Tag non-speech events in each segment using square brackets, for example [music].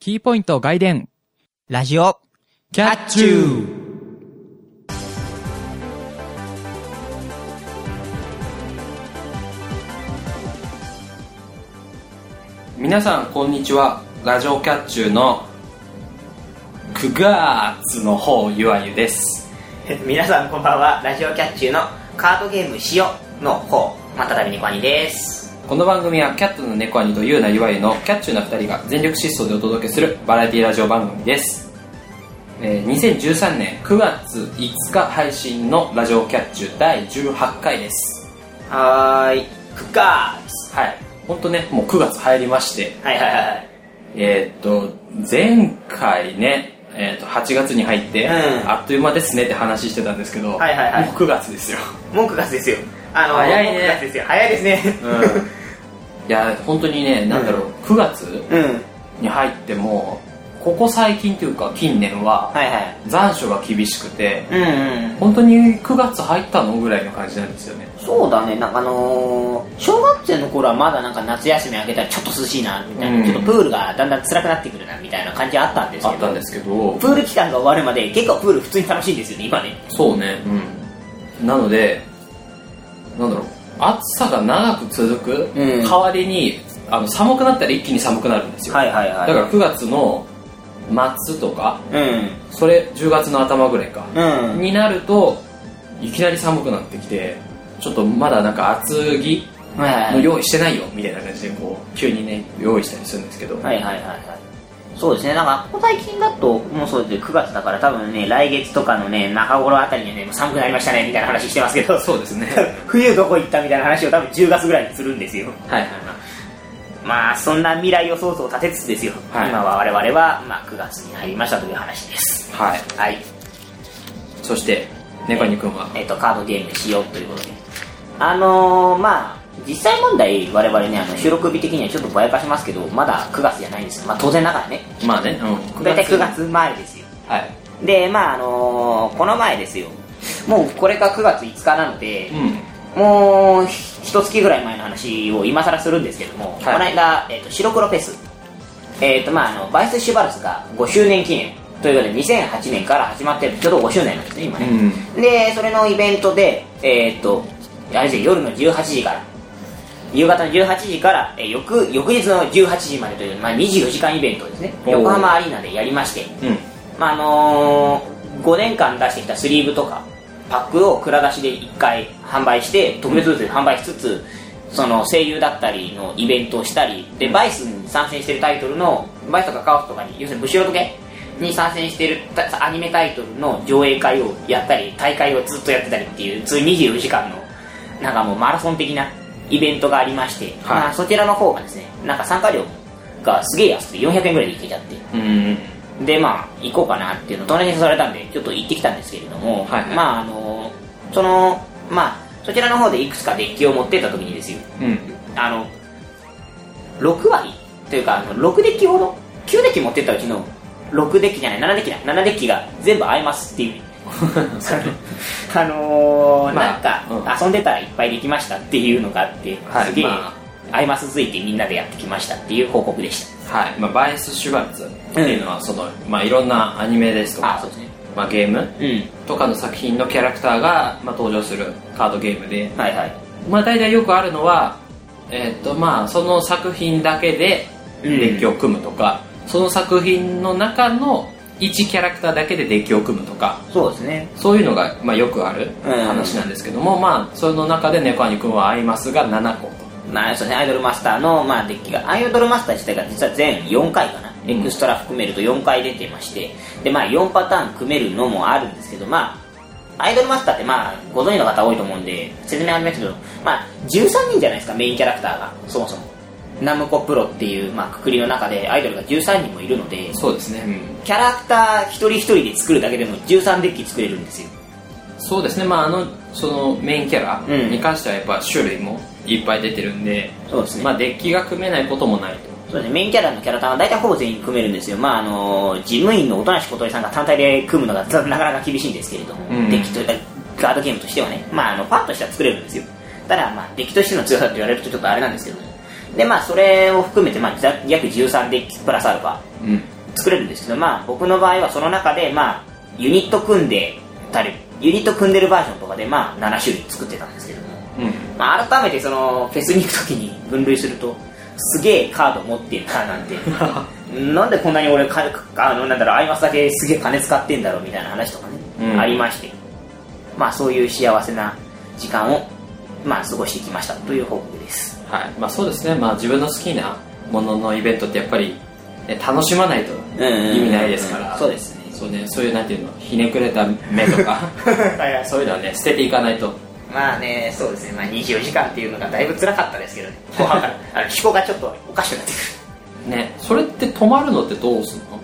キーポイント外伝、ラジオ、キャッチュー皆さんこんにちはラジオキャッチューの9月の方ゆあゆです皆さんこんばんは、ラジオキャッチューのカードゲームしよの方、またたびにこにです。この番組はキャットの猫兄とゆうなゆあゆのキャッチューな2人が全力疾走でお届けするバラエティラジオ番組です、えー2013年9月5日配信のラジオキャッチュー第18回ですはーい、くかはい本当ねもう9月入りましてーはいはいはい。えーっと前回ねえーっと8月に入って、うんあっという間ですねって話してたんですけど、はいはいはいもう9月ですよ文句月ですよ。あの、早いね文句月ですよ。早いですね。 [laughs] いや本当にねなんだろう、9月うん。に入ってもここ最近というか近年ははいはい。残暑が厳しくてうんうん。本当に9月入ったのぐらいの感じなんですよねそうだね、なんかあのー小学生の頃はまだなんか夏休み明けたらちょっと涼しいな、みたいな、うんちょっとプールがだんだん辛くなってくるな、みたいな感じあったんですあけったどん、ですけどプール期間が終わるまで結構プール普通に楽しいんですよね、今ね。そうねうんなのでなんだろう暑さが長く続くうん代わりに、あの寒くなったら一気に寒くなるんですよ、いはいはだから9月の末とかうん。それ10月の頭ぐらいか、うん。になるといきなり寒くなってきてちょっとまだなんか厚着はいの用意してないよみたいな感じでこう急にね用意したりするんですけど、はいはいはいはい。そうですね、なんか、ここ最近だと、もうそうですね、9月だから多分ね、来月とかのね、中頃あたりにはね、もう寒くなりましたね、みたいな話してますけ [laughs] ど、そうです [laughs] ね冬どこ行ったみたいな話を多分10月ぐらいにするんですよ。はいはいまあ、そんな未来予想図を立てつつですよ。はい今は我々は、まあ、9月に入りましたという話です。はいはい。そして猫にくんはえっ、と、カードゲームしようということで。あのー、まあ、実際問題、我々ね、あの収録日的にはちょっとぼやかしますけど、まだ9月じゃないんですよ。まあ、当然ながらね。まあね、うん、大体9月前ですよ。はいで、まああのーこの前ですよ、もうこれが9月5日なので、もうひ一月ぐらい前の話を今更するんですけども、この間、えっと白黒フェス、えっとまあ、あのバイス・シュバルスが5周年記念ということで、2008年から始まってる、ちょうど5周年なんですね、今ね。で、それのイベントで、えっとあれですよ夜の18時から。夕方の18時から、えー翌翌日の18時までという、まあ、24時間イベントをですねおー横浜アリーナでやりまして、うんうんまああのー、5年間出してきたスリーブとかパックを蔵出しで1回販売して特別で販売しつつその声優だったりのイベントをしたりでバイスに参戦してるタイトルのバイスとかカオスとかに要するにブシロとけに参戦してるたアニメタイトルの上映会をやったり大会をずっとやってたりっていう通に24時間のなんかもうマラソン的なイベントがありまして、はいまあ、そちらの方がですねなんか参加料がすげえ安くて400円ぐらいでいけちゃってうんうんでまあ行こうかなっていうのを隣に誘われたんでちょっと行ってきたんですけれども、はいはいまああのそのまあそちらの方でいくつかデッキを持ってった時にですようんあの6割というかあの6デッキほど9デッキ持ってったうちの6デッキじゃない7デッキだ7デッキが全部合います [laughs] っていうあのーまあなんか、遊んでたらいっぱいできましたっていうのがあって、はいすげえ、ま合いますついてみんなでやってきましたっていう報告でしはい、まあ、バイス・シュバルツっていうのはその、まあ、いろんなアニメですとたあかそうですねまあ、ゲームうとかの作品のキャラクターが、まあ、登場するカードゲームでんはいはいまあ、大体よくあるのは、えーっとまあ、その作品だけでうんデッキを組むとか、その作品の中の1キャラクターだけでデッキを組むとかそうですねそういうのが、まあ、よくあるうん話なんですけども、まあ、その中で猫兄君は合いますが7個とまあそうですね、アイドルマスターの、まあ、デッキがアイドルマスター自体が実は全4回かな、うんエクストラ含めると4回出てましてで、まあ、4パターン組めるのもあるんですけど、まあ、アイドルマスターって、まあ、ご存知の方多いと思うんで説明ありますけど、まあ、13人じゃないですかメインキャラクターがそもそもナムコプロっていう、まあ、くくりの中でアイドルが13人もいるのでそうですね、キャラクター一人一人で作るだけでも13デッキ作れるんですよそうですね、まあ、あのそのメインキャラうんに関してはやっぱ種類もいっぱい出てるんで、そうですねまあ、デッキが組めないこともないとそうですね、メインキャラのキャラターは大体ほぼ全員組めるんですよ、まああの事務員の音無小鳥さんが単体で組むのがな [laughs] かなか厳しいんですけれども、うんデッキというかガードゲームとしてはね、まあ、あのパッとしては作れるんですよ、ただ、まあ、デッキとしての強さと言われるとちょっとあれなんですけども、でまあ、それを含めて、まあ、ざ約13デッキプラスアルファうん作れるんですけど、まあ、僕の場合はその中で、まあ、ユニット組んでたりユニット組んでるバージョンとかで、まあ、7種類作ってたんですけども、うんまあ、改めてそのフェスに行く時に分類するとすげえカード持ってんななん [laughs] てなんでこんなに俺かあのなんだろうアイマスだけすげえ金使ってんだろうみたいな話とかね、うんありましてまあそういう幸せな時間をまあ過ごしてきましたという報告ですはいまあ、そうですね、まあ、自分の好きなもののイベントってやっぱり、ね、楽しまないとうんうんうん意味ないですから、そうですねそうねそういうなんていうのひねくれた目と [laughs] かそういうのはね捨てていかないと [laughs] まあねそうですね、まあ、24時間っていうのがだいぶ辛かったですけどね後半からあの気候がちょっとおかしくなってくるねそれって止まるのってどうすんの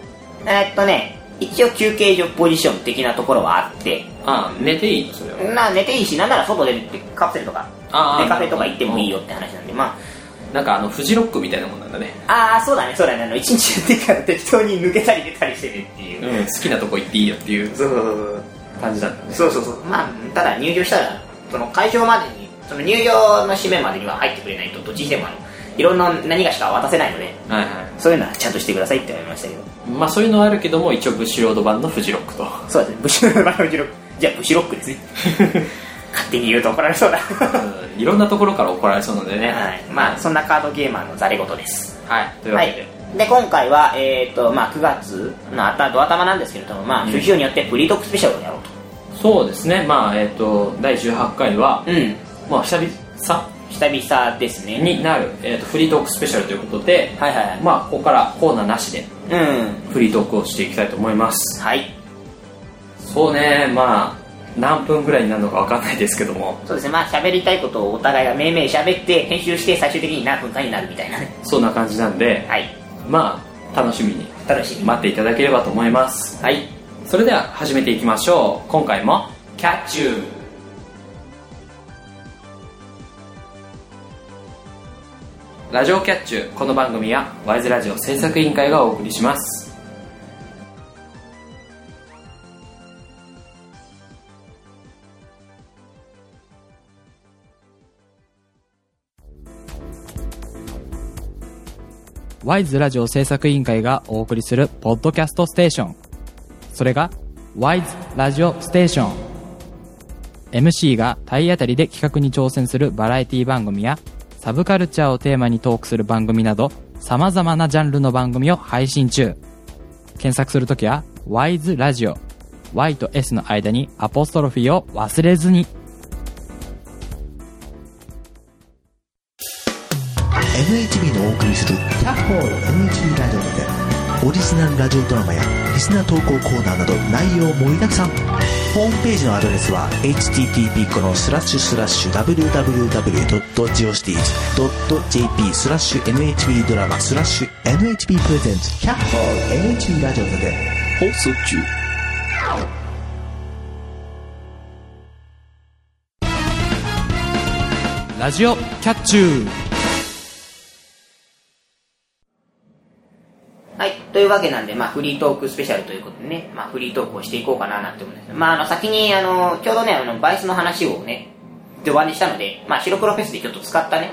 えーっとね一応休憩所ポジション的なところはあってああ寝ていいのそれはまあ寝ていいしなんなら外でカプセルとかあーデカフェとか行ってもいいよって話なんでまなんかあのフジロックみたいなもんなんだね、あああそうだねそうだねあの一日やってから適当に抜けたり出たりしてるっていう、うん、好きなとこ行っていいよっていうそうそう感じなんだねそうそうそうそうそうまあただ入場したらその会場までにその入場の締めまでには入ってくれないとどっちにでもあのいろんな何がしか渡せないのではいはそういうのはちゃんとしてくださいって思いましたけどいまあそういうのはあるけども一応ブッシュロード版のフジロックとそうですねブシロックブシロックじゃあブシロッ [laughs] クですね勝手に言うと怒られそうだはうんいろんなところから怒られそうなのでねいまあそんなカードゲーマーのざれ言ですはいというわはけいで、、で今回は、えーとまあ、9月のあたドア玉なんですけれども、まあ、主によってフリートークスペシャルをやろうと、そうですねまあえっ、と第18回は、うん、まあ久々久々ですねになる、えー、とフリートークスペシャルということで、はいはいはい、まあここからコーナーなしでうんフリートークをしていきたいと思いますはいそうねまあ何分ぐらいになるのか分かんないですけどもそうですねまあ喋りたいことをお互いがめいめい喋って編集して最終的に何分かになるみたいなねそんな感じなんではいまあ楽しみに楽しみ待っていただければと思いますはいそれでは始めていきましょう今回もキャッチューラジオキャッチューこの番組はワイズラジオ制作委員会がお送りしますワイズラジオ制作委員会がお送りするポッドキャストステーションそれがワイズラジオステーション MC が体当たりで企画に挑戦するバラエティ番組やサブカルチャーをテーマにトークする番組など様々なジャンルの番組を配信中検索するときはワイズラジオ Y と S の間にアポストロフィーを忘れずに NHB のお送りする「キャッホール NHB ラジオ」でオリジナルラジオドラマやリスナー投稿コーナーなど内容盛りだくさんホームページのアドレスは http このスラッシュスラッシュ www.geocities.jp スラッシュ NHB ドラマスラッシュ NHB プレゼンツキャッホール NHB ラジオで放送中ラジオキャッチューはい。というわけなんで、まあ、フリートークスペシャルということでね、まあ、フリートークをしていこうかななんて思うんですけどまあ、あの、先に、あの、ちょうどね、あの、バイスの話をね、序盤にしたので、まあ、白黒フェスでちょっと使ったね、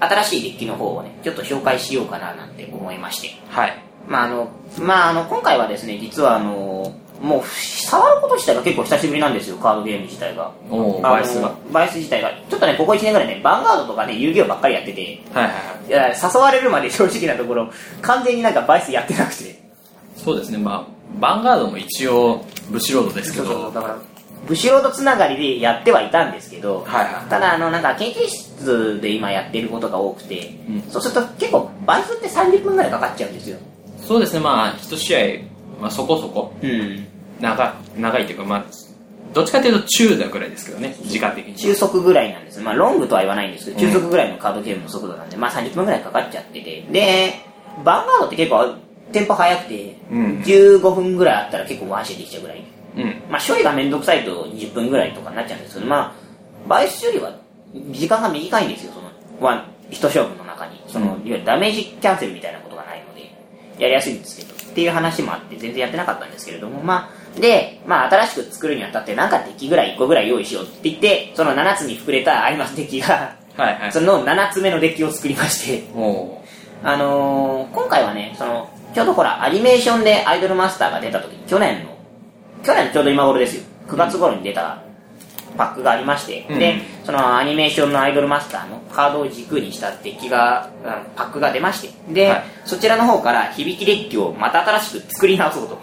新しいデッキの方をね、ちょっと紹介しようかななんて思いまして。はいまあ、あの、まあ、あの、今回はですね、実はあの、もう、触ること自体が結構久しぶりなんですよ、カードゲーム自体が。おーあのバイスが。バイス自体が。ちょっとね、ここ1年ぐらいね、バンガードとかね、遊戯王ばっかりやってて、はいはいはいいや誘われるまで正直なところ、完全になんかバイスやってなくて。そうですねまあバンガードも一応ブシロードですけそどうそうだからブシロードつながりでやってはいたんですけど、はいはいただあのなんか研究室で今やってることが多くて、うんそうすると結構倍数って30分ぐらいかかっちゃうんですよそうですねまあ一試合、まあ、そこそこうん長長いというかまあどっちかというと中だぐらいですけどね時間的に中速ぐらいなんですまあロングとは言わないんですけどうん中速ぐらいのカードゲームの速度なんで、まあ30分ぐらいかかっちゃっててでバンガードって結構テンポ速くて、うん15分ぐらいあったら結構ワンシーできちゃうぐらいうんまあ処理がめんどくさいと20分ぐらいとかになっちゃうんですけどまあ倍数よりは時間が短いんですよそのワン一勝負の中にその、うんいわゆるダメージキャンセルみたいなことがないのでやりやすいんですけどっていう話もあって全然やってなかったんですけれどもまあで、まあ、新しく作るにあたってなんかデッキぐらい1個ぐらい用意しようって言ってその7つに膨れたアイマスデッキがはいはいその7つ目のデッキを作りましておあのー今回はねそのちょうどほらアニメーションでアイドルマスターが出た時に去年の去年のちょうど今頃ですよ9月頃に出たパックがありまして、うんでそのアニメーションのアイドルマスターのカードを軸にしたデッキがあパックが出ましてで、はいそちらの方から響きデッキをまた新しく作り直そうと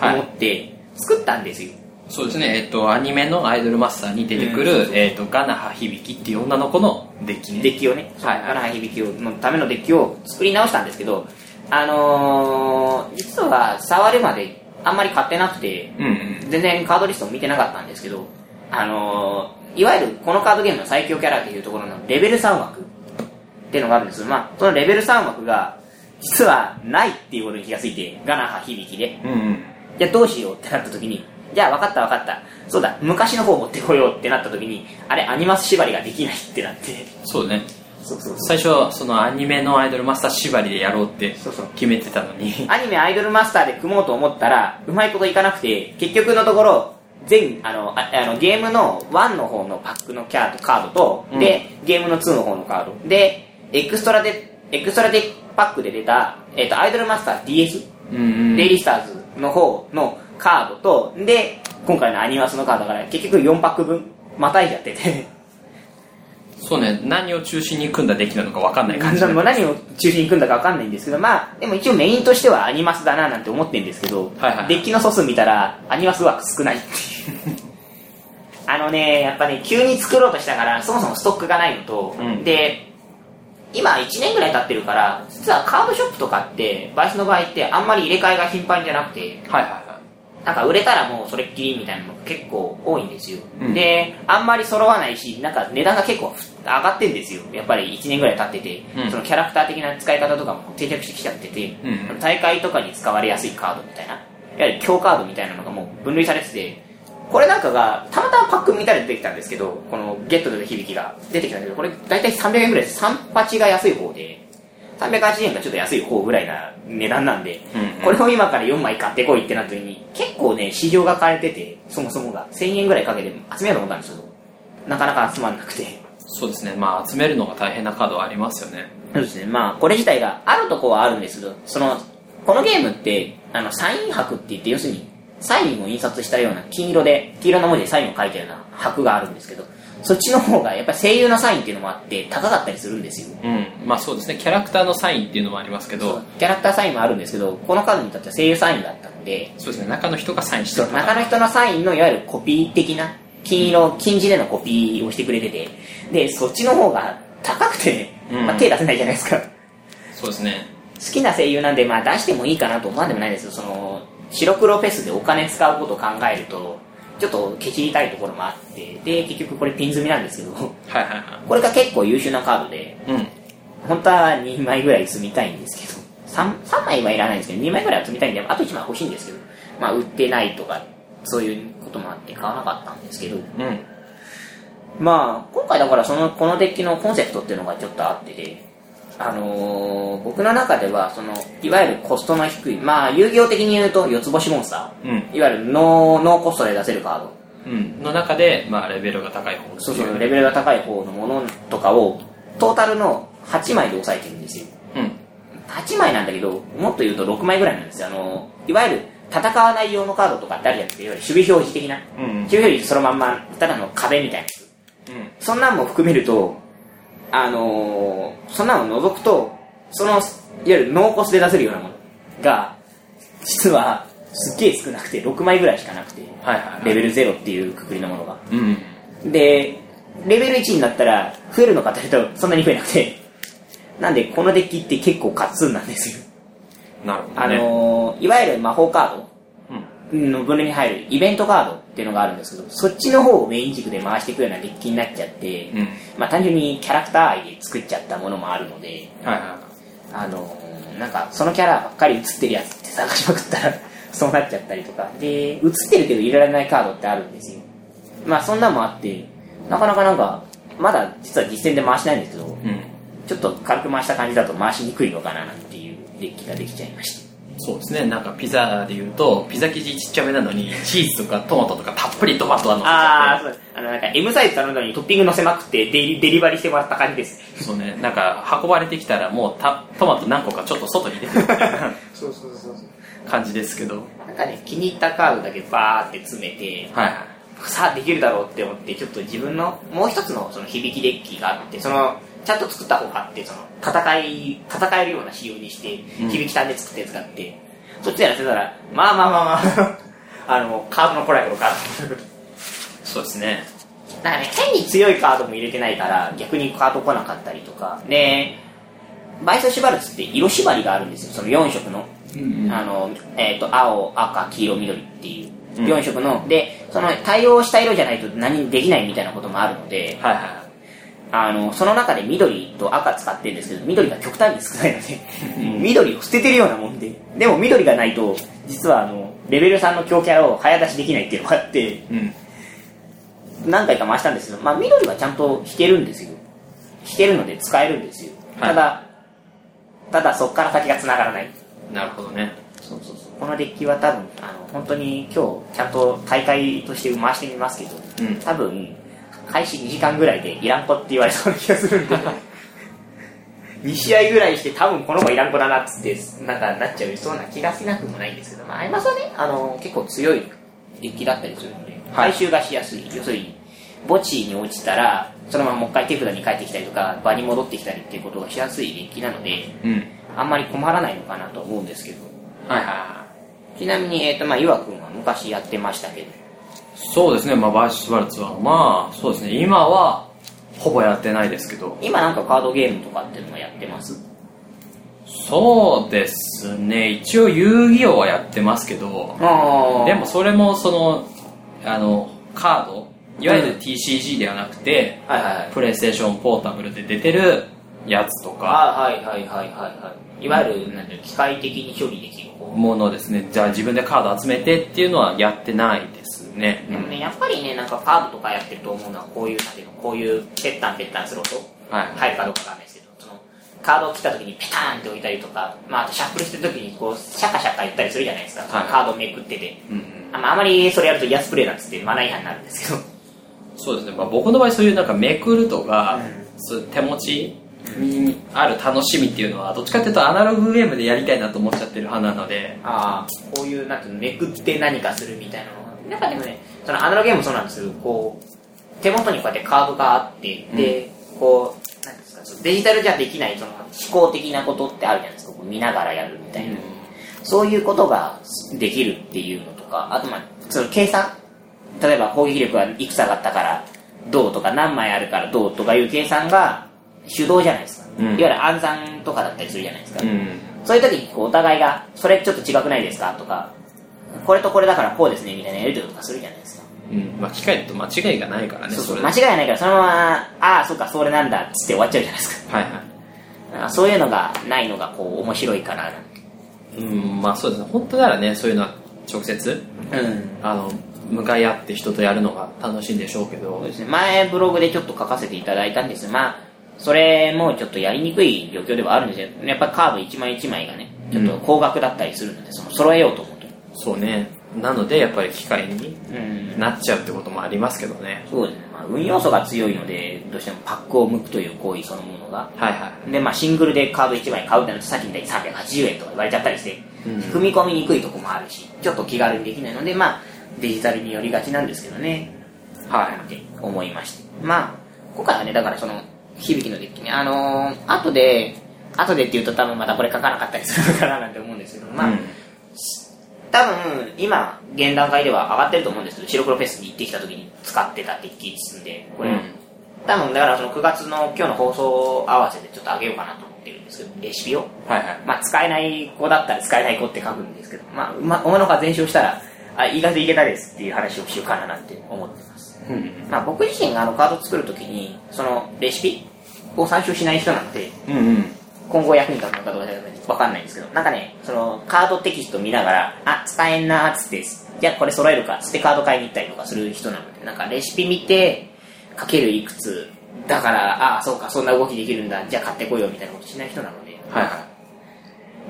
はい思って作ったんですよ、そうですね、えっと、アニメのアイドルマスターに出てくる、えっと、ガナハ響きっていう女の子のデッキね。デッキをね、はい荒原響きをのためのデッキを作り直したんですけど、あのー、実は触るまであんまり買ってなくて、うんうん。全然カードリストも見てなかったんですけど、あのー、いわゆるこのカードゲームの最強キャラっていうところのレベル3枠っていうのがあるんですまあ、そのレベル3枠が、実はないっていうことに気がついて、ガナハ響きで。うんうん。じゃあどうしようってなった時に、じゃあ分かった分かった。そうだ、昔の方持ってこようってなった時に、あれ、アニマス縛りができないってなって。そうね。そうそうそう。最初は、そのアニメのアイドルマスター縛りでやろうってそうそう決めてたのに。 [laughs] アニメアイドルマスターで組もうと思ったら、うまいこといかなくて、結局のところ、全、あの、ああのゲームの1の方のパックのキャラとカードと、うんで、ゲームの2の方のカード、で、エクストラで、エクストラでパックで出た、えっ、と、アイドルマスター DS、うんうん。デイリスターズの方のカードと、で、今回のアニマスのカードだから、結局4パック分、またいじゃってて、そうね、何を中心に組んだデッキなのか分かんない感じ。もう何を中心に組んだか分かんないんですけど、まあ、でも一応メインとしてはアニマスだななんて思ってるんですけど、はいはいデッキの素数見たら、アニマス枠少ないっていう。 [laughs] あのね、やっぱね、急に作ろうとしたから、そもそもストックがないのと、うんで、今1年ぐらい経ってるから、実はカードショップとかって、バイスの場合ってあんまり入れ替えが頻繁じゃなくて、はいはいはなんか売れたらもうそれっきりみたいなのが結構多いんですよ、うんであんまり揃わないしなんか値段が結構上がってんですよやっぱり1年ぐらい経ってて、うんそのキャラクター的な使い方とかも定着してきちゃってて、うん大会とかに使われやすいカードみたいないわゆる強カードみたいなのがもう分類されててこれなんかがたまたまパック見たら出てきたんですけどこのゲットで響きが出てきたんですけどこれ大体300円ぐらいです3八が安い方で380円がちょっと安い方ぐらいな値段なんで、うんうんこれを今から4枚買ってこいってなった時に結構ね市場が買えててそもそもが1000円ぐらいかけて集めようと思ったんですけどなかなか集まんなくてい。そうですね、まあ集めるのが大変なカードはありますよね。そうですねまあこれ自体があるとこはあるんですけどそのこのゲームってあのサイン箔って言って要するにサインを印刷したような金色で黄色の文字でサインを書いたような箔があるんですけどそっちの方がやっぱり声優のサインっていうのもあって高かったりするんですようん。まあそうですね、キャラクターのサインっていうのもありますけど、キャラクターサインもあるんですけどこのカードに至っては声優サインだったんでそうですね、中の人がサインしてそうるから中の人のサインのいわゆるコピー的な金色金字でのコピーをしてくれててでそっちの方が高くて、うんまあ、手出せないじゃないですか好そうですね。きな声優なんで、まあ、出してもいいかなと思わんでもないですけどその白黒フェスでお金使うことを考えるとちょっとけちりたいところもあってで結局これピン済みなんですけどはいはいはこれが結構優秀なカードでい。うん。本当は2枚ぐらい積みたいんですけど 3, 3枚はいらないんですけど2枚ぐらいは積みたいんであと1枚欲しいんですけど、まあ、売ってないとかそういうこともあって買わなかったんですけどうん。まあ今回だからそのこのデッキのコンセプトっていうのがちょっとあっててあのー僕の中ではそのいわゆるコストの低いまあ遊戯王的に言うと四つ星モンスターうん。いわゆるノーノーコストで出せるカードうん。の中で、まあレベルが高い方っていそうそうレベルが高い方のものとかをトータルの8枚で抑えてるんですようん。 8枚なんだけど、もっと言うと6枚ぐらいなんですよ。あの、いわゆる戦わない用のカードとかってあるじゃないですか。いわゆる守備表示的な。うん。うん守。備表示そのまんま、ただの壁みたいなやつ。そんなんも含めると、あのーそんなのを除くと、その、いわゆる濃厚で出せるようなものが、実は、すっげえ少なくて、6枚ぐらいしかなくて、はいはいはい。レベル0っていうくくりのものが。うん。で、レベル1になったら、増えるのかというと、そんなに増えなくて。なんで、このデッキって結構カッツンなんですよ。なるほどあね。のーいわゆる魔法カうん。ードの分類に入るイベントカードっていうのがあるんですけど、そっちの方をメイン軸で回していくようなデッキになっちゃって、うん。まあ単純にキャラクター愛で作っちゃったものもあるので、はいはいはい。あのーなんかそのキャラばっかり映ってるやつって探しまくったら [laughs] そうなっちゃったりとか、で、映ってるけど入れられないカードってあるんですよ。まあそんなんもあって、なかなかなんか、まだ実は実践で回してないんですけど、うん。ちょっと軽く回した感じだと回しにくいのかななんていうデッキができちゃいました。そうですねなんかピザでいうとピザ生地ちっちゃめなのにチーズとかトマトとかたっぷりトマトが乗ってああ、ちそゃうです。あの、なんか M サイズ頼んだのにトッピング乗せまくってデリデリバリーしてもらった感じです。ってそうねなんか運ばれてきたらもうたトマト何個かちょっと外に出てるみたいなそうそうそうそう。感じですけどなんかね、気に入ったカードだけバーって詰めて、はいはいさあできるだろうって思って、ちょっと自分のもう一つのその響きデッキがあって、その、ちゃんと作った方があって、その、戦い、戦えるような仕様にして、うん響き単で作ったやつがあって、そっちやらせたら、まあまあまあ [laughs] まあ、あの、カードの来ないのか。そうですねなんかね、変に強いカードも入れてないから、逆にカード来なかったりとか。で、バイソシバルツって色縛りがあるんですよ、その4色の。うんあの、えっ、と、青、赤、黄色、緑っていう。うん4色の、で、その対応した色じゃないと何もできないみたいなこともあるので、はいはあの、その中で緑と赤使ってるんですけど、緑が極端に少ないので、 [laughs] 緑を捨ててるようなもんで、でも緑がないと、実はあの、レベル3の強キャラを早出しできないっていうのがあって、いうん何回か回したんですけど、まあ、緑はちゃんと引けるんですよ引けるので使えるんですよ、はいただただそこから先が繋がらないなるほどねそうそうそうこのデッキは多分あの本当に今日ちゃんと大会として回してみますけど、うん多分開始2時間ぐらいでいらんこって言われそうな気がするん [laughs] で2試合ぐらいして多分この子いらん子だなっつってなんかなっちゃいそうな気がしなくもないんですけどまあアイマスはねあの結構強いデッキだったりするのではい回収がしやすい、要するに墓地に落ちたらそのままもう一回手札に帰ってきたりとか場に戻ってきたりっていうことがしやすいデッキなのでうんあんまり困らないのかなと思うんですけどはいはいはいちなみに、えっ、と、まあ、岩くんは昔やってましたけど。そうですね、まあ、バイシュバルツは、まあ、そうですね、今は、ほぼやってないですけど、今なんかカードゲームとかっていうのはやってますそうですね、一応遊戯王はやってますけど、あでも、それも、その、あの、カード、いわゆる TCG ではなくて、はいはいはい。プレイステーションポータブルで出てるやつとか、あはいはいはいはいはい。いわゆる、なんていうの機械的に処理できる方。ものですね、じゃあ自分でカード集めてっていうのはやってないですね。でもね、やっぱりね、なんかカードとかやってると思うのは、こういう、なんていうの、こういう、ペッタンペッタンする音。はい入るかどうかわかんないですけど、その、カードを切った時にペタンって置いたりとか、まあ、あとシャッフルしてる時に、こう、シャカシャカ言ったりするじゃないですか。はいカードめくってて。うんうんあまあ、あまりそれやると安プレイなんつってマナー違反になるんですけど。そうですね、まあ、僕の場合そういうなんかめくるとか、そういう手持ちにある楽しみっていうのはどっちかっていうとアナログゲームでやりたいなと思っちゃってる派なのでああこういうなんていうのめくって何かするみたいなのがなんかでもねそのアナログゲームもそうなんですけどこう手元にこうやってカードがあって、でこうなんですかそのデジタルじゃできないその思考的なことってあるじゃないですかこう見ながらやるみたいな、そういうことができるっていうのとかあとまあその計算例えば攻撃力がいくつ上がったからどうとか何枚あるからどうとかいう計算が手動じゃないですか、うんいわゆる暗算とかだったりするじゃないですか、うんそういう時にこうお互いが、それちょっと違くないですかとか、これとこれだからこうですねみたいなやり取りとかするじゃないですか。うんまあ、機械と間違いがないからねそうそうれ間違いないから、そのまま、ああ、そっか、それなんだっつって終わっちゃうじゃないですか。はいはなんかそういうのがないのがこう面白いかななんて。いうんまあそうですね本当ならねそういうのは直接うん。あの向かい合って人とやるのが楽しいんでしょうけどそうですね。前ブログでちょっと書かせていただいたんですが、まあ、それもちょっとやりにくい状況ではあるんですよ。やっぱカード一枚一枚がね、ちょっと高額だったりするので、その揃えようと思うと。そうねなのでやっぱり機械にうんなっちゃうってこともありますけどねそうですね。まあ、運要素が強いので、どうしてもパックを剥くという行為そのものが、はいはいで、まあ、シングルでカード1枚買うってなるとさっきみたいに380円とか言われちゃったりして、うん踏み込みにくいとこもあるし、ちょっと気軽にできないので、まあ、デジタルによりがちなんですけどね、はいって思いまして。まあ、今回はね、だからその、響きのデッキね、あのー、後で、後でって言うと多分またこれ書かなかったりするのかななんて思うんですけど、まあ、うん多分今現段階では上がってると思うんですけど白黒フェスに行ってきた時に使ってたデッキですんでこれ、うん多分だからその9月の今日の放送合わせでちょっと上げようかなと思ってるんですけどレシピをはいはいまあ使えない子だったら使えない子って書くんですけどまあうまおまのが全勝したらあ意外といけたですっていう話をしようかななんて思ってますうんまあ僕自身があのカード作る時にそのレシピを参照しない人なんでうんうん今後役に立つのかどうかわかんないんですけど、なんかね、その、カードテキスト見ながら、あ、使えんなーっつって、じゃあこれ揃えるかっつってカード買いに行ったりとかする人なので、なんかレシピ見て、かけるいくつ、だから、ああ、そうか、そんな動きできるんだ、じゃあ買ってこいよみたいなことしない人なので、はいは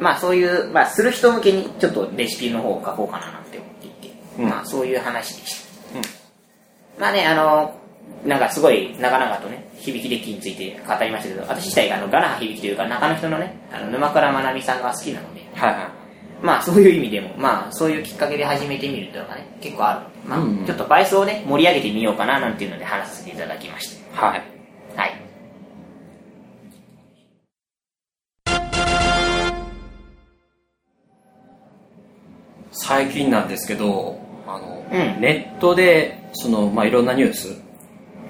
まあそういう、まあする人向けにちょっとレシピの方を書こうかななんて思っていて、うんまあそういう話でした。うんまあね、あの、なんかすごい長々とね、響きデッキについて語りましたけど、私自体があのガラハ響きというか中の人のね、あの沼倉まなみさんが好きなので、はいはいまあそういう意味でも、まあそういうきっかけで始めてみるというのがね、結構あるので。まあ、うんうんちょっとバイスをね、盛り上げてみようかななんていうので話させていただきました。はいはい。最近なんですけどあの、うんネットでその、まあ、いろんなニュース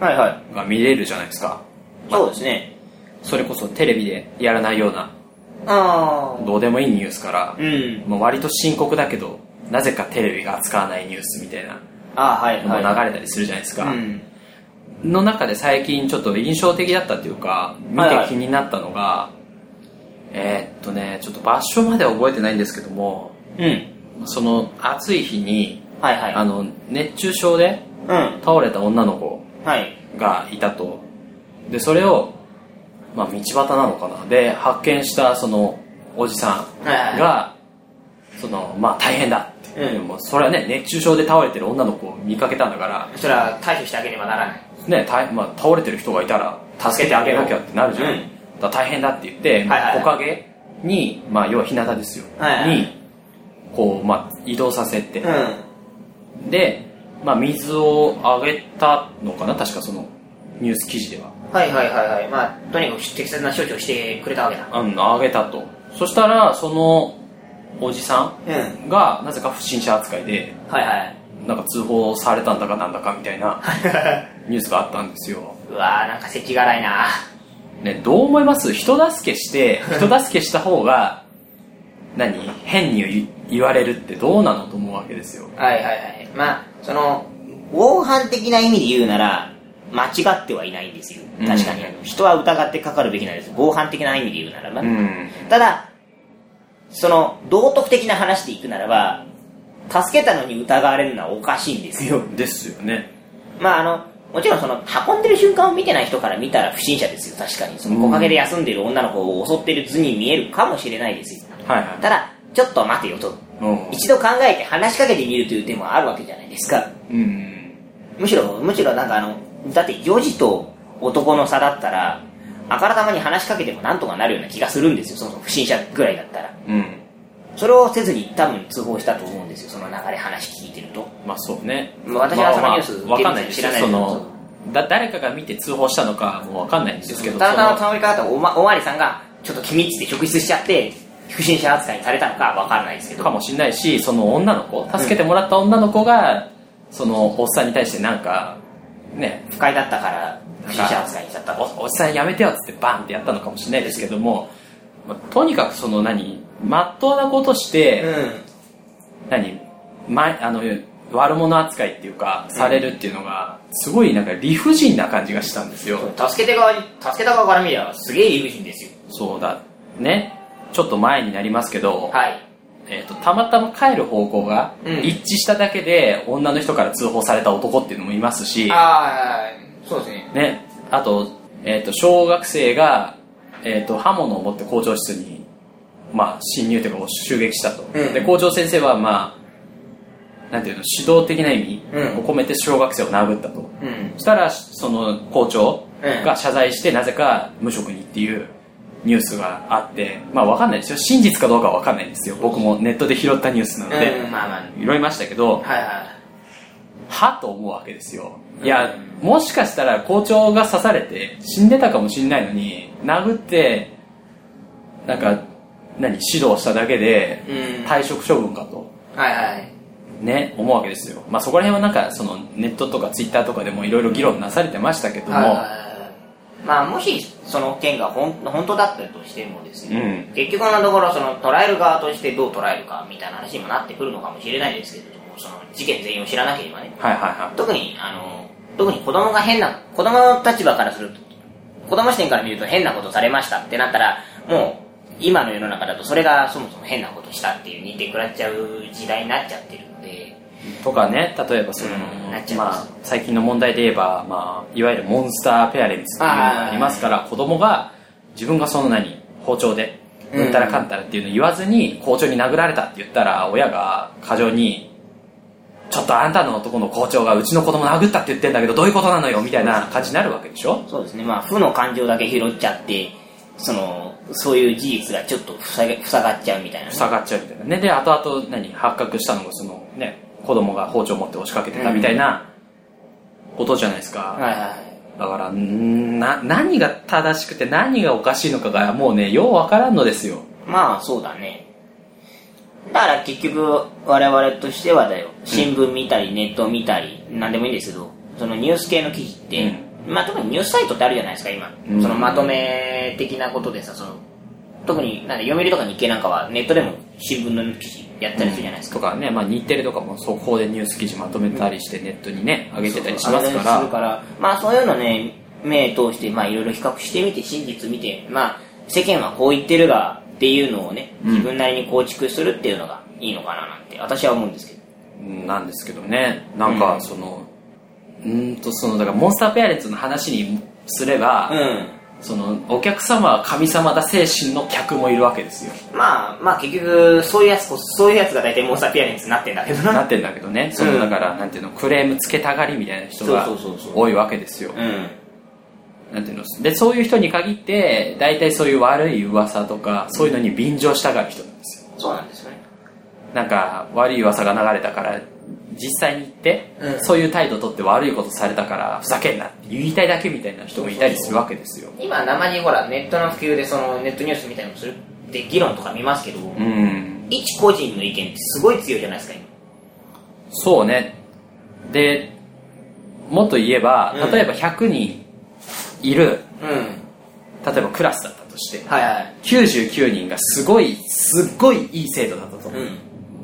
はいはい。が見れるじゃないですかそうですね。それこそテレビでやらないようなああ。どうでもいいニュースから、うん。まあ、割と深刻だけどなぜかテレビが扱わないニュースみたいなああ、はいのはい。も流れたりするじゃないですか、うん。の中で最近ちょっと印象的だったというか見はいはてい気になったのが、えーっとねちょっと場所までは覚えてないんですけどもうん。その暑い日にはいはい。あの熱中症でうん。倒れた女の子はい。がいたとでそれを、まあ、道端なのかなで発見したそのおじさんはいはいがそのまあ大変だって、うんでもそれはね熱中症で倒れてる女の子を見かけたんだからそれは対処してあげねばならない。ねたまあ、倒れてる人がいたら助けてあげなきゃってなるじゃん、うんだから大変だって言って、はいはいはい木陰に、まあ、要は日向ですよ、はいはいはいにこう、まあ、移動させて、うで、まあ、水をあげたのかな確かそのニュース記事ではん。はいはいはいはい。まあ、とにかく適切な処置をしてくれたわけだ。うんあげたとそしたらそのおじさうん。んがなぜか不審者扱いではい [laughs] はい。なんか通報されたんだかなんだかみたいなニュースがあったんですようわーなんか咳がないなね、どう思います人助けして、人助けした方が、何変に言言われるってどうなのと思うわけですよ。はいはいはい。まあ、その、防犯的な意味で言うなら、間違ってはいないんですよ。うん確かに。人は疑ってかかるべきなんです。防犯的な意味で言うならば。うん。ただ、その、道徳的な話でいくならば、助けたのに疑われるのはおかしいんですよ。ですよね。まあ、あの、もちろんその、運んでる瞬間を見てない人から見たら不審者ですよ、確かに。その、木陰で休んでる女の子を襲ってる図に見えるかもしれないですよ。はいはただ、ちょっと待てよと。い。うん一度考えて話しかけてみるという手もあるわけじゃないですか。うん。むしろ、むしろなんかあの、だって女児と男の差だったら、あからたまに話しかけてもなんとかなるような気がするんですよ、その不審者ぐらいだったら。うん。それをせずに多分通報したと思うんですよ、その流れ話聞いてると。まあそうね。まあ私はそのニュースまあまあわかんないですよ。テレビそで知らないの、だ、誰かが見て通報したのかもわかんないんですけど、たまたまその倒れ方おま、おまわりさんが、ちょっと君っつって職質しちゃって、不審者扱いされたのかわからないですけど。かもしんないし、その女の子、助けてもらった女の子が、その、おっさんに対してなんか、ね、不快だったから、不審者扱いしちゃった。おおっさんやめてよっつってバンってやったのかもしれないですけども、まあとにかくその何まっとうなことして、う何まあの悪者扱いっていうかされるっていうのが、すごいなんか理不尽な感じがしたんですよ、ん。助け手側に、助けた側から見ればすげえ理不尽ですよ。そうだねちょっと前になりますけど、はい。えー、とたまたま帰る方向がうん一致しただけで、女の人から通報された男っていうのもいますしああ、そうですね。ね、あと,、えー、と小学生が、えー、と刃物を持って校長室に、まあ、侵入というか襲撃したと、うんで校長先生は、まあ、なんていうの指導的な意味うんを込めて小学生を殴ったと、うん。そしたらその校長うんが謝罪してなぜか無職にっていうニュースがあって、まあ、わかんないですよ真実かどうかはわかんないんですよ僕もネットで拾ったニュースなので、うん、まあまあ。拾いましたけど、はいはい。はと思うわけですよいやもしかしたら校長が刺されて死んでたかもしれないのに殴ってなんか何指導しただけでうん退職処分かとはいはい。ね思うわけですよまあそこら辺はなんかそのネットとかツイッターとかでもいろいろ議論なされてましたけども、はいはいまあ、もしその件がほん本当だったとしてもですね、う結局のところその捉える側としてどう捉えるかみたいな話にもなってくるのかもしれないですけれどもその事件全員を知らなければねはいはいは特にあの特に子供が変な子供の立場からすると子供視点から見ると変なことされましたってなったらもう今の世の中だとそれがそもそも変なことしたっていう認定食らっちゃう時代になっちゃってるのでいとかね例えばその、うんなっちゃいまますあ、最近の問題で言えば、まあ、いわゆるモンスターペアレンツっていうのがありますから子供が自分がその何包丁でうんうんたらかんたらっていうの言わずに校長に殴られたって言ったら親が過剰にちょっとあんたの男の校長がうちの子供殴ったって言ってんだけどどういうことなのよみたいな感じになるわけでしょそうですね、まあ、負の感情だけ拾っちゃって、その、そういう事実がちょっと塞が塞がっちゃうみたいなね。塞がっちゃうみたいなねで後々何発覚したのがそのね子供が包丁持って押しかけてたみたいなことじゃないですか、はいはいはい。だからんーな何が正しくて何がおかしいのかがもうねようわからんのですよまあ、そうだね。だから結局、我々としてはだよ、新聞見たり、ネット見たり、何でもいいんですけど、そのニュース系の記事って、まあ、特にニュースサイトってあるじゃないですか、今。うんそのまとめ的なことでさ、その、特に、なんで、読売とか日経なんかは、ネットでも新聞の記事やったりするじゃないですか。とかね、まあ、日テレとかも速報でニュース記事まとめたりしてネットにね上げてたりしますかあれするらからまあそういうのね目通してまあいろいろ比較してみて真実見てまあ世間はこう言ってるがっていうのをねうん自分なりに構築するっていうのがいいのかななんて私は思うんですけどなんですけどねなんかそのうーんとそのだからモンスターペアレンツの話にすれば、うそのお客様は神様だ精神の客もいるわけですよんまあまあ結局そういうやつこそういうやつが大体モンスターピアレンツになってんだけどななってんだけどねそのだからなんていうのクレームつけたがりみたいな人がそうそうそうそう多いわけですようんなんていうのでそういう人に限って大体そういう悪い噂とかそういうのに便乗したがる人なんですよそうなんですよねなんか悪い噂が流れたから実際に行って、うんそういう態度をとって悪いことされたからふざけんなって言いたいだけみたいな人もいたりするわけですよ今生にほらネットの普及でそのネットニュースみたいなのするって議論とか見ますけど、うん一個人の意見ってすごい強いじゃないですか今そうねでもっと言えばうん例えば100人いるうん例えばクラスだったとしてはいはい99人がすごいすっごいいい生徒だったと、うん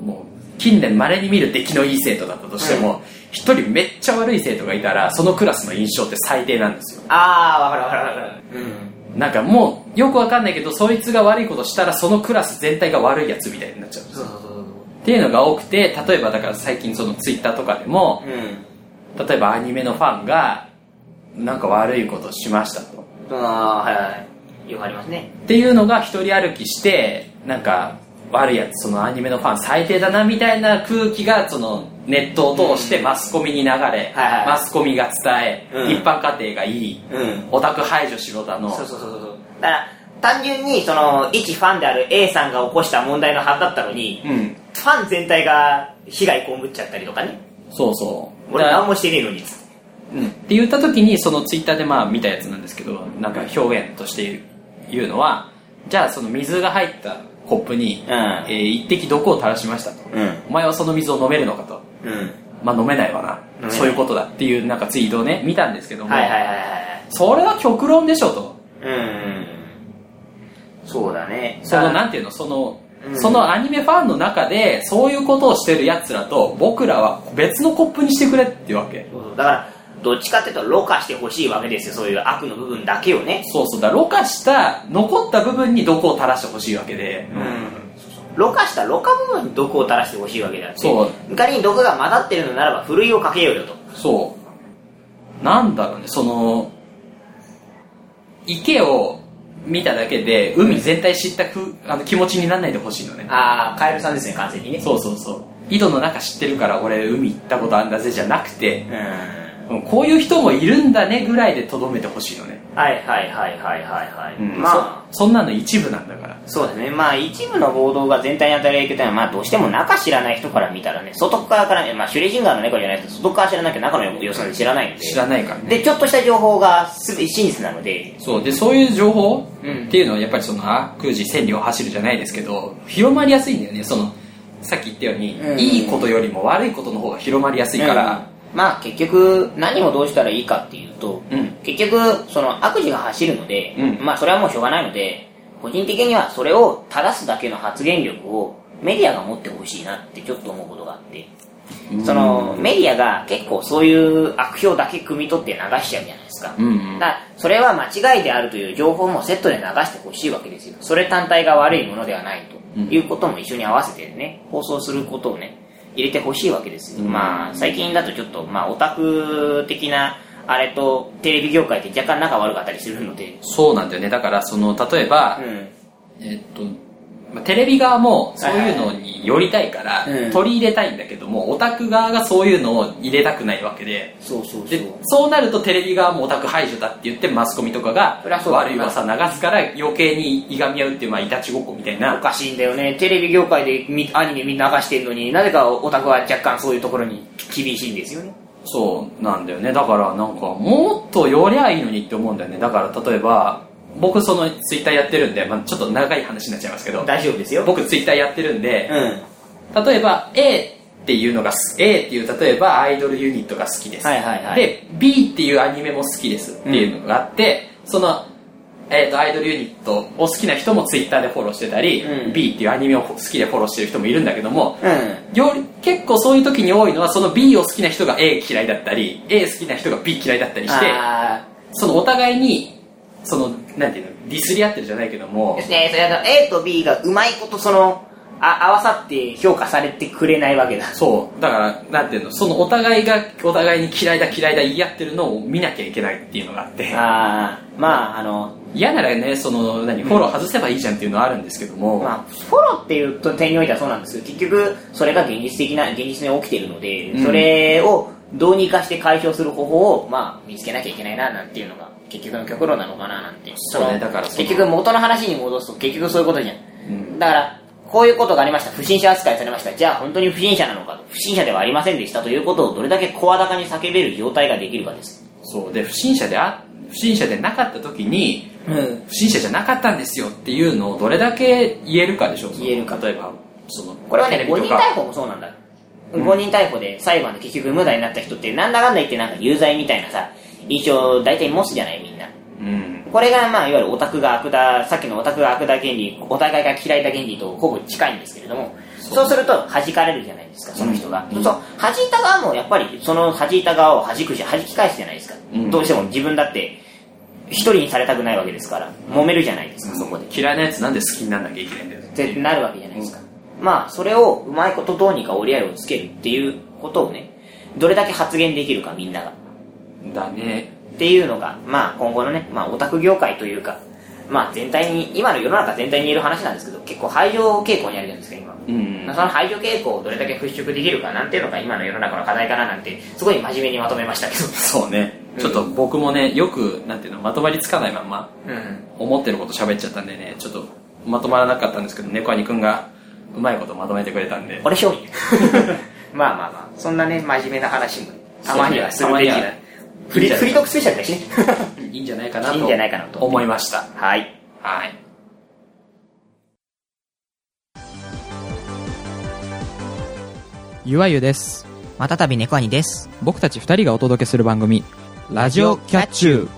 もう近年まれに見る出来のいい生徒だったとしても一、人めっちゃ悪い生徒がいたらそのクラスの印象って最低なんですよああわかるわかるわかるうんなんかもうよくわかんないけどそいつが悪いことしたらそのクラス全体が悪いやつみたいになっちゃうそうそうそうっていうのが多くて例えばだから最近そのツイッターとかでもそううん例えばアニメのファンがなんか悪いことしましたとああはいはいよくありますねっていうのが一人歩きしてなんか悪いやつそのアニメのファン最低だなみたいな空気がそのネットを通してマスコミに流れ、はいはいマスコミが伝え、うん一般家庭がいいうんオタク排除しろだのそうそうそうそうだから単純にその一ファンである A さんが起こした問題の発だったのに、うんファン全体が被害被っちゃったりとかねそうそう俺何もしてねえのにうんって言った時にそのツイッターでまあ見たやつなんですけどなんか表現として言うのはじゃあその水が入ったコップに、うんえー一滴毒を垂らしましたと、うんお前はその水を飲めるのかとうんまあ飲めないわめな、ないそういうことだっていうなんかツイートをね見たんですけども、はいはいはいはいそれは極論でしょとうんうんそうだねそだのからなんていうのその、うんそのアニメファンの中でそういうことをしてるやつらと僕らは別のコップにしてくれっていうわけそうそうだからどっちかっていうとろ過してほしいわけですよそういう悪の部分だけをねそうそうだろ過した残った部分に毒を垂らしてほしいわけで、ろ過したろ過部分に毒を垂らしてほしいわけであってそ仮に毒が混ざってるのならばふるいをかけようよとそう。なんだろうね、その、池を見ただけで、海全体知ったくあの気持ちにならないでほしいのね。ああカエルさんですね完全にねそうそうそう。井戸の中知ってるから俺海行ったことあんだぜじゃなくて、うんはうんこういう人もいるんだねぐらいでとどめてほしいのね。いはいはいはいはいはい、ままあそ、そんなの一部なんだから。あそうですねまあ一部の暴動が全体に与える影響というのは、まあ、どうしても中知らない人から見たらね外側からね、まあ、シュレジンガーの猫じゃないですけど外側知らなきゃ中の良さで知らないので知らないからね。でちょっとした情報がすべ真実なのでそう。で、そういう情報うんっていうのはやっぱりその悪事千里を走るじゃないですけど、広まりやすいんだよね。その、さっき言ったように、うんいいことよりも悪いことの方が広まりやすいから、うんまあ結局何をどうしたらいいかっていうと、うん結局その悪事が走るので、うんまあそれはもうしょうがないので個人的にはそれを正すだけの発言力をメディアが持ってほしいなってちょっと思うことがあってそのメディアが結構そういう悪評だけ汲み取って流しちゃうじゃないですか、うんうだんからそれは間違いであるという情報もセットで流してほしいわけですよそれ単体が悪いものではないとうんいうことも一緒に合わせてね放送することをね入れてほしいわけですよ、うんまあ最近だとちょっとまあオタク的なあれとテレビ業界って若干仲悪かったりするのでそうなんだよねだからその例えば、うんえっと、まあテレビ側もそういうのに寄りたいからはいはいうん取り入れたいんだけども、オタク側がそういうのを入れたくないわけで、そうそうそでうそうなるとテレビ側もオタク排除だって言ってマスコミとかがそりゃそうだな悪い噂流すから余計にいがみ合うっていうまあいたちごっこみたいおなかしいんだよねテレビ業界でみアニメみんな流してるのになぜかオタクは若干そういうところに厳しいんですよねそうなんだよねだからなんかもっと寄りゃいいのにって思うんだよねだから例えば僕そのツイッターやってるんで、まあ、ちょっと長い話になっちゃいますけど大丈夫ですよ僕ツイッターやってるんで、うん例えば A っていうのがす A っていう例えばアイドルユニットが好きです、はいはいはいで B っていうアニメも好きですっていうのがあって、その、えー、とアイドルユニットを好きな人もツイッターでフォローしてたり、うん B っていうアニメを好きでフォローしてる人もいるんだけども、うんより結構そういう時に多いのはその B を好きな人が A 嫌いだったり A 好きな人が B 嫌いだったりしてあそのお互いにそのなんていうのディスり合ってるじゃないけどーもですねそれあの A と B がうまいことそのあ合わさって評価されてくれないわけだそうだからなんていうのそのお互いがお互いに嫌いだ嫌いだ言い合ってるのを見なきゃいけないっていうのがあってあーまああの嫌ならねその何フォロー外せばいいじゃんっていうのはあるんですけども、まあ、フォローっていうと点においてはそうなんですけど結局それが現実的な現実に起きているので、うんそれをどうにかして解消する方法を、まあ、見つけなきゃいけないななんていうのが結局の極論なのかななんてそうねのだからその結局元の話に戻すと結局そういうことじゃん、うんだからこういうことがありました不審者扱いされましたじゃあ本当に不審者なのかと不審者ではありませんでしたということをどれだけ声高に叫べる状態ができるかですそうで不審者であ不審者でなかった時にうん不審者じゃなかったんですよっていうのをどれだけ言えるかでしょうその言えるか例えばそのこれはねテレビ誤と認か逮捕もそうなんだ誤認逮捕で裁判で結局無罪になった人ってなんだかんだ言ってなんか有罪みたいなさ印象大体持つじゃないみんなうんこれがまあいわゆるオタクが悪ださっきのオタクが悪だ原理お互いが嫌いだ原理とほぼ近いんですけれどもそうすると弾かれるじゃないですかその人が、うんそう弾いた側もやっぱりその弾いた側を弾くし弾き返すじゃないですか、うんどうしても自分だって一人にされたくないわけですから揉めるじゃないですかそこで嫌いなやつなんで好きになんなきゃいけないんだよってなるわけじゃないですか、まあそれをうまいことどうにか折り合いをつけるっていうことをねどれだけ発言できるかみんながだねっていうのがまあ今後のね、まあ、オタク業界というかまあ全体に今の世の中全体に言える話なんですけど結構排除傾向にあるじゃないですか今、うんその排除傾向をどれだけ払拭できるかなんていうのが今の世の中の課題かななんてすごい真面目にまとめましたけそうねちょっと僕もねよくなんていうのまとまりつかないまんまどうん思ってること喋っちゃったんでねちょっとまとまらなかったんですけど猫兄くんがうまいことまとめてくれたんで俺商品 [laughs] まあまあまあそんなね真面目な話もたまにはするべきそうねたまになはフリフリートークスペシャルだしねいいんじゃないかなと [laughs] いいんじゃないかなと思いましたはいはいゆわゆですまたたび猫兄です。僕たち二人がお届けする番組「ラジオキャッチュー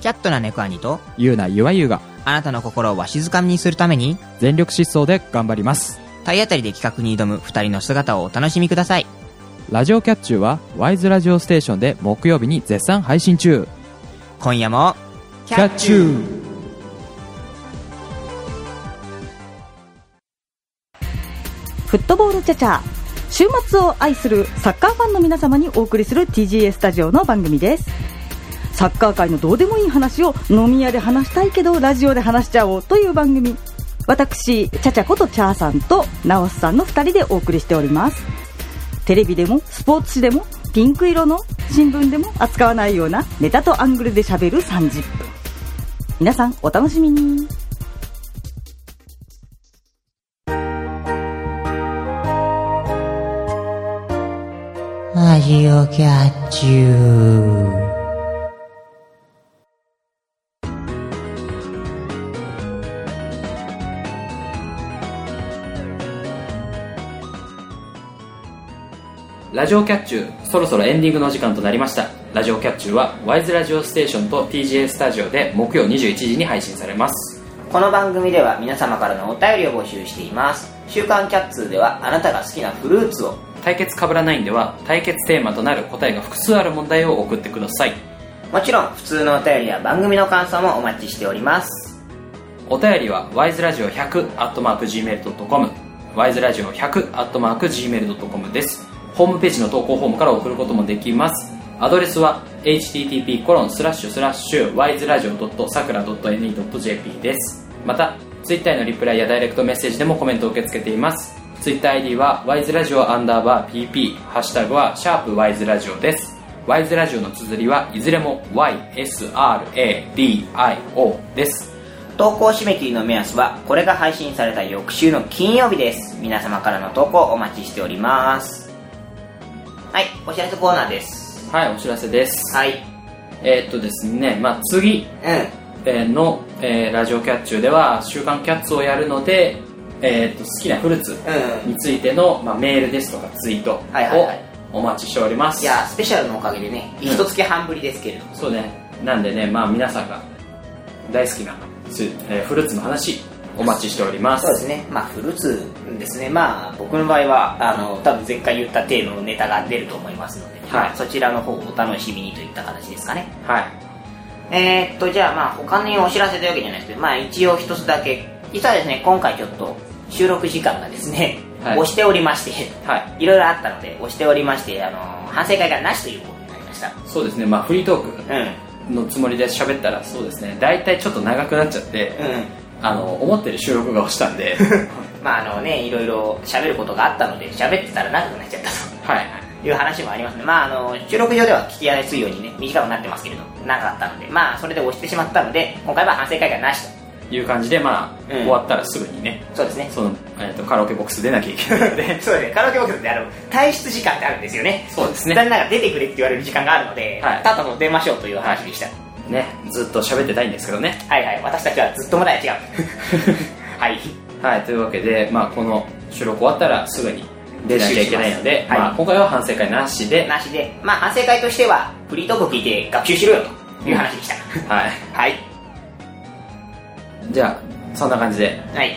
キャットな猫兄と、」ゆうなゆわゆがあなたの心をわしづかみにするために、全力疾走で頑張ります体当たりで企画に挑む二人の姿をお楽しみください。ラジオキャッチューはワイズラジオステーションで木曜日に絶賛配信中今夜も、キキャッチューフットボールチャチャ週末を愛するサッカーファンの皆様にお送りする TGA スタジオの番組ですサッカー界のどうでもいい話を飲み屋で話したいけどラジオで話しちゃおうという番組私チャチャことチャーさんとナオスさんの2人でお送りしておりますテレビでもスポーツ紙でもピンク色の新聞でも扱わないようなネタとアングルで喋る30分皆さんお楽しみにラジオキャッチュー。ラジオキャッチューそろそろエンディングの時間となりましたラジオキャッチューはワイズラジオステーションと TGA スタジオで木曜21時に配信されますこの番組では皆様からのお便りを募集しています。週刊キャッツーでは、あなたが好きなフルーツを、対決かぶらないんでは対決テーマとなる答えが複数ある問題を送ってくださいもちろん普通のお便りや番組の感想もお待ちしております。お便りは wiseradio100.gmail.com wiseradio100.gmail.com ですホームページの投稿フォームから送ることもできますアドレスは http://wiseradio.sakura.ne.jp ですまたツイッターへのリプライやダイレクトメッセージでもコメントを受け付けていますツイッター ID は w i s e r a d i o アンダーバー PP ハッシュタグはシャープ w i s e r a d i o です w i s e ラジオの綴りはいずれも YSRADIO です投稿締め切りの目安はこれが配信された翌週の金曜日です皆様からの投稿お待ちしておりますはいお知らせコーナーですはいお知らせですはいえーっとですねまあ次うえーの、えーラジオキャッチューでは「週刊キャッツ」をやるので、えーっと好きなフルーツんうんについての、まあ、メールですとかツイートをはいはいはいお待ちしております、いやスペシャルのおかげでねうん一月半ぶりですけれども、そうねなんでねまあ皆さんが大好きなつ、えーフルーツの話お待ちしておりますそうですねまあフルーツですねまあ僕の場合はあの多分前回言った程度のネタが出ると思いますので、はいまあそちらの方をお楽しみにといった形ですかねはいえー、っとじゃあまあ他にお知らせというわけじゃないですけどまあ一応一つだけ実はですね今回ちょっと収録時間がですね、はい押しておりましてはいいろいろあったので押しておりましてあの反省会がなしということになりましたそうですねまあフリートーうんクのつもりで喋ったらそうですね大体ちょっと長くなっちゃって、うんあの思ってる収録が押したん [laughs] でまああのねいろいろ喋ることがあったので喋ってたら長くなっちゃったとはいいう話もありますねまああの収録上では聞きやすいようにね短くなってますけれど長かったのでまあそれで押してしまったので今回は反省会がなしという感じでまあ、うん終わったらすぐにねそう [laughs] ですねその、えー、とカラオケボックス出なきゃいけないのでそうですねカラオケボックスってあの退出時間ってあるんですよねそうですね残念ながら出てくれって言われる時間があるので、はいただの出ましょうという話でした、 [laughs] ねずっと喋ってたいんですけどねはい、はい私たちはずっともない違う [laughs] はいはいというわけで、まあ、この収録終わったらすぐに出なきゃいけないので復習しますまはあ、い今回は反省会なしで、なしでまあ反省会としてはフリートーク聞いて学習しろよという話でした、はい、はいじゃあそんな感じではい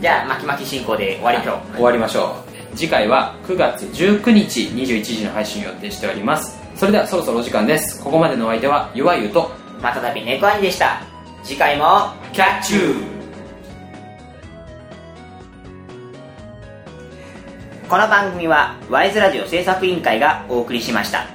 じゃあ巻き巻き進行で終わりましょう終わりましょう次回は9月19日21時の配信を予定しておりますそれではそろそろお時間ですここまでのお相手はゆわゆとまたたび猫兄でした次回もキャッチューこの番組はワイズラジオ制作委員会がお送りしました